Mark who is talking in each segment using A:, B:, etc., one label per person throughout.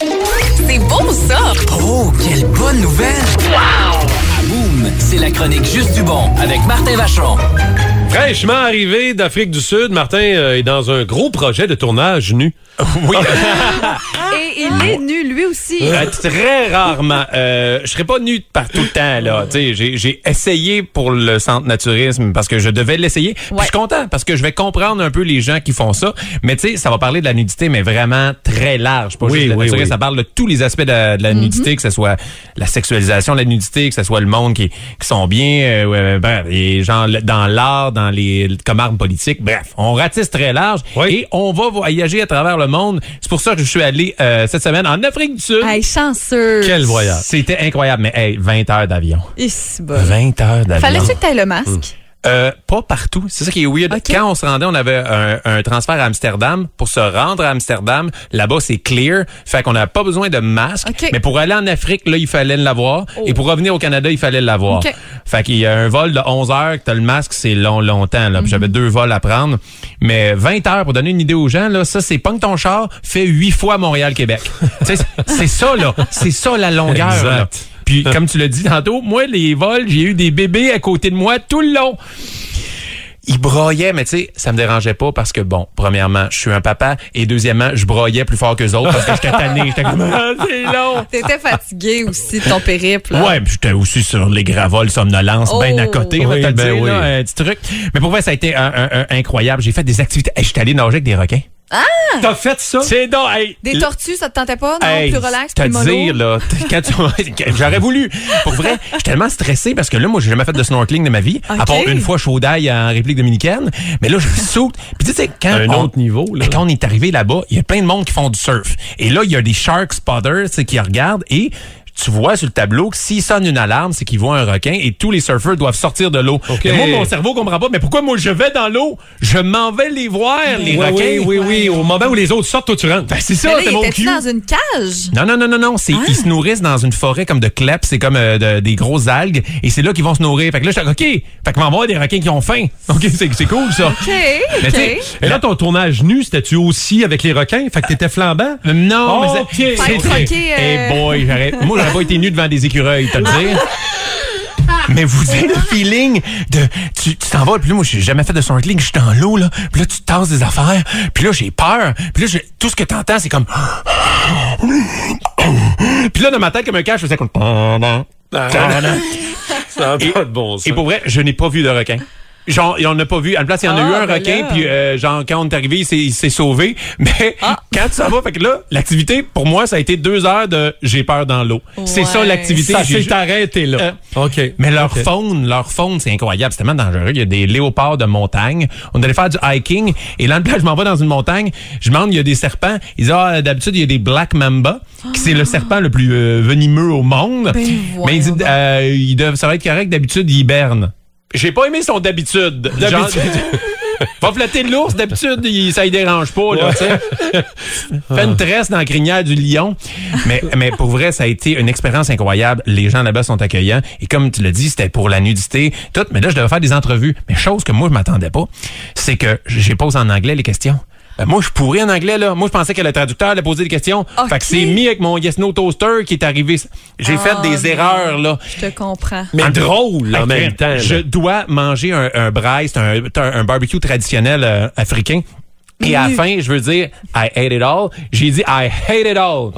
A: C'est beau ça!
B: Oh, quelle bonne nouvelle! Wow! Boum! C'est la chronique Juste du Bon avec Martin Vachon.
C: Fraîchement arrivé d'Afrique du Sud, Martin euh, est dans un gros projet de tournage nu.
D: Oui,
E: Et il est nu, lui aussi.
D: euh, très rarement. Euh, je serais pas nu par tout le temps là. Tu sais, j'ai, j'ai essayé pour le centre naturisme parce que je devais l'essayer. Puis Je suis content parce que je vais comprendre un peu les gens qui font ça. Mais tu sais, ça va parler de la nudité, mais vraiment très large. Pas
C: Oui,
D: juste de la
C: oui,
D: naturisme,
C: oui.
D: Ça parle de tous les aspects de la, de la nudité, que ce soit la sexualisation de la nudité, que ce soit le monde qui, qui sont bien, euh, ouais, bref, les gens le- dans l'art, dans les comme armes politiques. Bref, on ratisse très large
C: Oui.
D: et on va voyager à travers le monde. C'est pour ça que je suis allé euh, cette semaine en Afrique du Sud.
E: Hey, chanceux.
C: Quel voyage!
D: C'était incroyable, mais hey, 20 heures d'avion.
E: Ici, bas.
D: 20 heures d'avion.
E: Fallait-tu que t'aies le masque?
D: Euh, pas partout. C'est ça qui est weird.
E: Ok.
D: Quand on se rendait, on avait un, un transfert à Amsterdam. Pour se rendre à Amsterdam, là-bas, c'est clear. Fait qu'on n'a pas besoin de masque.
E: Ok.
D: Mais pour aller en Afrique, là, il fallait l'avoir. Et pour revenir au Canada, il fallait l'avoir.
E: Ok.
D: Fait qu'il y a un vol de 11 heures, que t'as le masque, c'est long, longtemps. Là. Puis J'avais deux vols à prendre. Mais 20 heures, pour donner une idée aux gens, là, ça, c'est punk ton char, fait huit fois Montréal-Québec. Tu sais, c'est- c'est ça, là. C'est ça, la longueur. là.
C: Exact.
D: Puis, comme tu l'as dit tantôt, moi, les vols, j'ai eu des bébés à côté de moi tout le long. Il broyait, mais tu sais, ça me dérangeait pas parce que, bon, premièrement, je suis un papa et deuxièmement, je broyais plus fort que autres parce que j'étais tanné. J'étais comme, Ah, c'est long.
E: T'étais fatigué aussi de ton périple.
D: Ouais, puis j'étais aussi sur les gravoles, somnolence,
E: Oh.
D: ben à côté, là,
C: Oui,
D: t'as le
C: ben
D: dit,
C: oui.
D: là, un petit truc. Mais pour vrai, ça a été un- un- un incroyable. J'ai fait des activités. Hey, j'étais allé nager avec des requins.
C: T'as fait ça?
D: C'est donc, hey,
E: Ah! Des
D: l-
E: tortues, ça te tentait pas? Non,
D: Hey,
E: plus relax,
D: te
E: plus mollo?
D: dire, là, t- quand tu- j'aurais voulu. Pour vrai, je suis tellement stressé parce que là, moi, j'ai jamais fait de snorkeling de ma vie. À
E: Ok.
D: part une fois chaud d'ail en République dominicaine. Mais là, je saute. Puis tu sais, quand.
C: Un
D: on-
C: autre niveau, là.
D: Quand on est arrivé là-bas, il y a plein de monde qui font du surf. Et là, il y a des shark spotters, tu sais, qui regardent et tu vois sur le tableau que s'ils sonnent une alarme, c'est qu'ils voient un requin et tous les surfeurs doivent sortir de l'eau.
C: Ok.
D: Mais Moi, mon cerveau comprend pas. Mais pourquoi moi, je vais dans l'eau? Je m'en vais les voir, les
C: oui,
D: requins.
C: oui, oui, oui. Au moment où les autres sortent, toi, tu rentres.
D: Ben, c'est ça,
E: Mais là,
D: c'est
E: il
D: mon
E: était
D: cue.
E: dans une cage?
D: Non, non, non, non, non. C'est,
E: Ah.
D: Ils se nourrissent dans une forêt comme de clep, c'est comme euh, de- des grosses algues, et c'est là qu'ils vont se nourrir. Fait que là, je suis OK. Fait que m'en voir des requins qui ont faim. OK, c'est, c'est cool, ça.
E: OK,
D: Mais tu sais,
E: OK.
C: Et là, ton tournage nu, c'était-tu aussi avec les requins? Fait que t'étais flambant?
D: Non, mais
C: OK.
D: c'est-
C: Faire
D: c'est-
E: croquer, euh,
D: Hey boy, j'aurais, moi, j'aurais pas été nu devant des écureuils, te le dire. Mais vous avez le feeling de tu tu t'en vas puis là moi j'ai jamais fait de snorkeling, je suis dans l'eau là, puis là tu tasses des affaires, puis là j'ai peur, puis là je- tout ce que t'entends c'est comme Puis là dans ma tête comme un cache, je faisais comme
C: Ah. Ça n'a pas de bon sens.
D: Et pour vrai, je n'ai pas vu de requin. Genre, on n'a pas vu. À la place, il y en a
E: Ah,
D: eu un
E: ben
D: requin,
E: là.
D: puis euh, genre, quand on est arrivé, il s'est- il s'est sauvé. Mais
E: Ah.
D: quand tu s'en vas, fait que là, l'activité, pour moi, ça a été deux heures de j'ai peur dans l'eau. C'est ça
E: Ouais.
D: l'activité.
C: Ça
D: J'ai
C: s'est
D: ju-
C: arrêté, là.
D: Euh,
C: OK.
D: Mais leur
C: OK.
D: faune, leur faune, c'est incroyable. C'est tellement dangereux. Il y a des léopards de montagne. On allait faire du hiking. Et là, je m'en vais dans une montagne. Je demande, il y a des serpents. Ils disent, ah, d'habitude, il y a des black mamba, qui c'est le serpent le plus euh, venimeux au monde.
E: Ah. Ben,
D: Mais ils disent,
E: voyons donc.
D: euh, ils doivent, ça va être correct. D'habitude, ils hibernent. J'ai pas aimé son d'habitude. Genre- Va flatter de l'ours, d'habitude, il- ça ne dérange pas, là, tu sais. Fait une tresse dans la crinière du lion. Mais, mais pour vrai, ça a été une expérience incroyable. Les gens là-bas sont accueillants. Et comme tu l'as dit, c'était pour la nudité, tout. Mais là, je devais faire des entrevues. Mais chose que moi, je m'attendais pas, c'est que j'ai posé en anglais les questions. Ben, moi, je pourrais en anglais, là. Moi, je pensais que le traducteur allait poser des questions.
E: Ok.
D: Fait que c'est mis avec mon Yes No Toaster qui est arrivé. J'ai fait des
E: non.
D: erreurs, là.
E: Je te comprends.
C: Mais drôle en
D: Hey,
C: même
D: Fred,
C: temps. là.
D: Je dois manger un, un braai, c'est un, c'est un- un barbecue traditionnel euh, africain. Et à la fin, je veux dire I hate it all. J'ai dit I hate it all.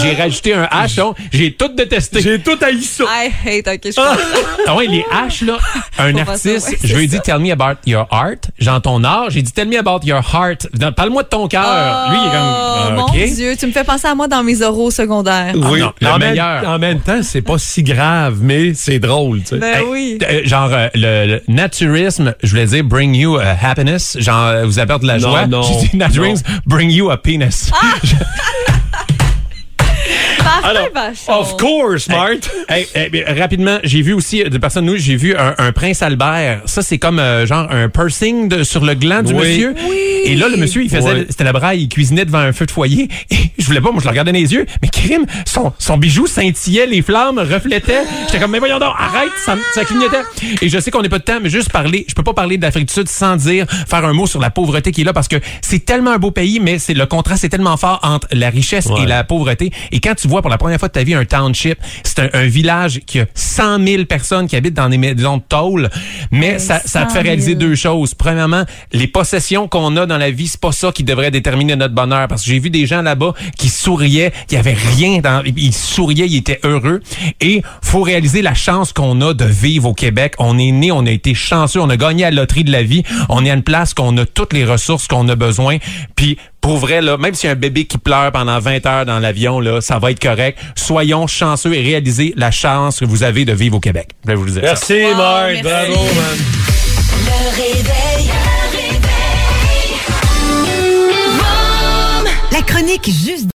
D: J'ai rajouté un H, donc j'ai tout détesté.
C: Oh. J'ai tout haï ça.
E: I hate, OK, je comprends.
D: Ah ouais, les H là, un
E: Faut pas ça,
D: artiste,
E: ouais,
D: je
E: c'est
D: lui ai dit tell me about your art, genre ton art, j'ai dit tell me about your heart. Non, Parle-moi de ton cœur. Lui il est comme
E: Oh,
D: ah,
E: mon
D: OK.
E: Dieu, tu me fais penser à moi dans mes oraux secondaires.
C: Oui,
D: non, le
C: en, même,
D: meilleur.
C: en même temps, c'est pas si grave, mais c'est drôle, tu sais.
E: Ben
D: Hey,
E: oui.
D: euh, genre, euh, le, le naturisme, je voulais dire bring you a happiness. Genre, euh, vous apporte de la
C: Non,
D: joie.
C: non,
E: Ah!
D: J'ai dit naturisme, bring you a penis.
E: Parfait. Martin Vachon.
C: Of course, Mart.
D: Hey, hey, mais rapidement, j'ai vu aussi, euh, de personne nous, j'ai vu un, un prince Albert. Ça, c'est comme euh, genre un piercing de- sur le gland du
C: Oui.
D: monsieur. Et là, le monsieur, il faisait,
C: Oui.
D: c'était la braille, il cuisinait devant un feu de foyer. Et je voulais pas, moi, je le regardais dans les yeux. Mais crime, son, son bijou scintillait, les flammes reflétaient. J'étais comme, mais voyons donc, arrête, ça, me- ça clignotait. Et je sais qu'on n'est pas de temps, mais juste parler, je peux pas parler de l'Afrique du Sud sans dire, faire un mot sur la pauvreté qui est là parce que c'est tellement un beau pays, mais c'est le contraste est tellement fort entre la richesse
C: Ouais.
D: et la pauvreté. Et quand tu vois pour la première fois de ta vie un township, c'est un, un village qui a 100 000 personnes qui habitent dans des maisons de tôle, mais ça, ça te fait
E: 100 000.
D: réaliser deux choses. Premièrement, les possessions qu'on a dans la vie, c'est pas ça qui devrait déterminer notre bonheur. Parce que j'ai vu des gens là-bas qui souriaient, qui avaient rien dans, ils souriaient, ils étaient heureux. Et faut réaliser la chance qu'on a de vivre au Québec. On est né, on a été chanceux, on a gagné à la loterie de la vie. On est à une place qu'on a toutes les ressources qu'on a besoin. Puis pour vrai, là, même s'il y a un bébé qui pleure pendant 20 heures dans l'avion, là, ça va être correct. Soyons chanceux et réalisez la chance que vous avez de vivre au Québec. Je vais vous le dire. ça.
C: Merci,
E: Wow,
C: Mart.
E: merci.
C: Bravo, man.
A: Le réveil. Le réveil.
F: La chronique juste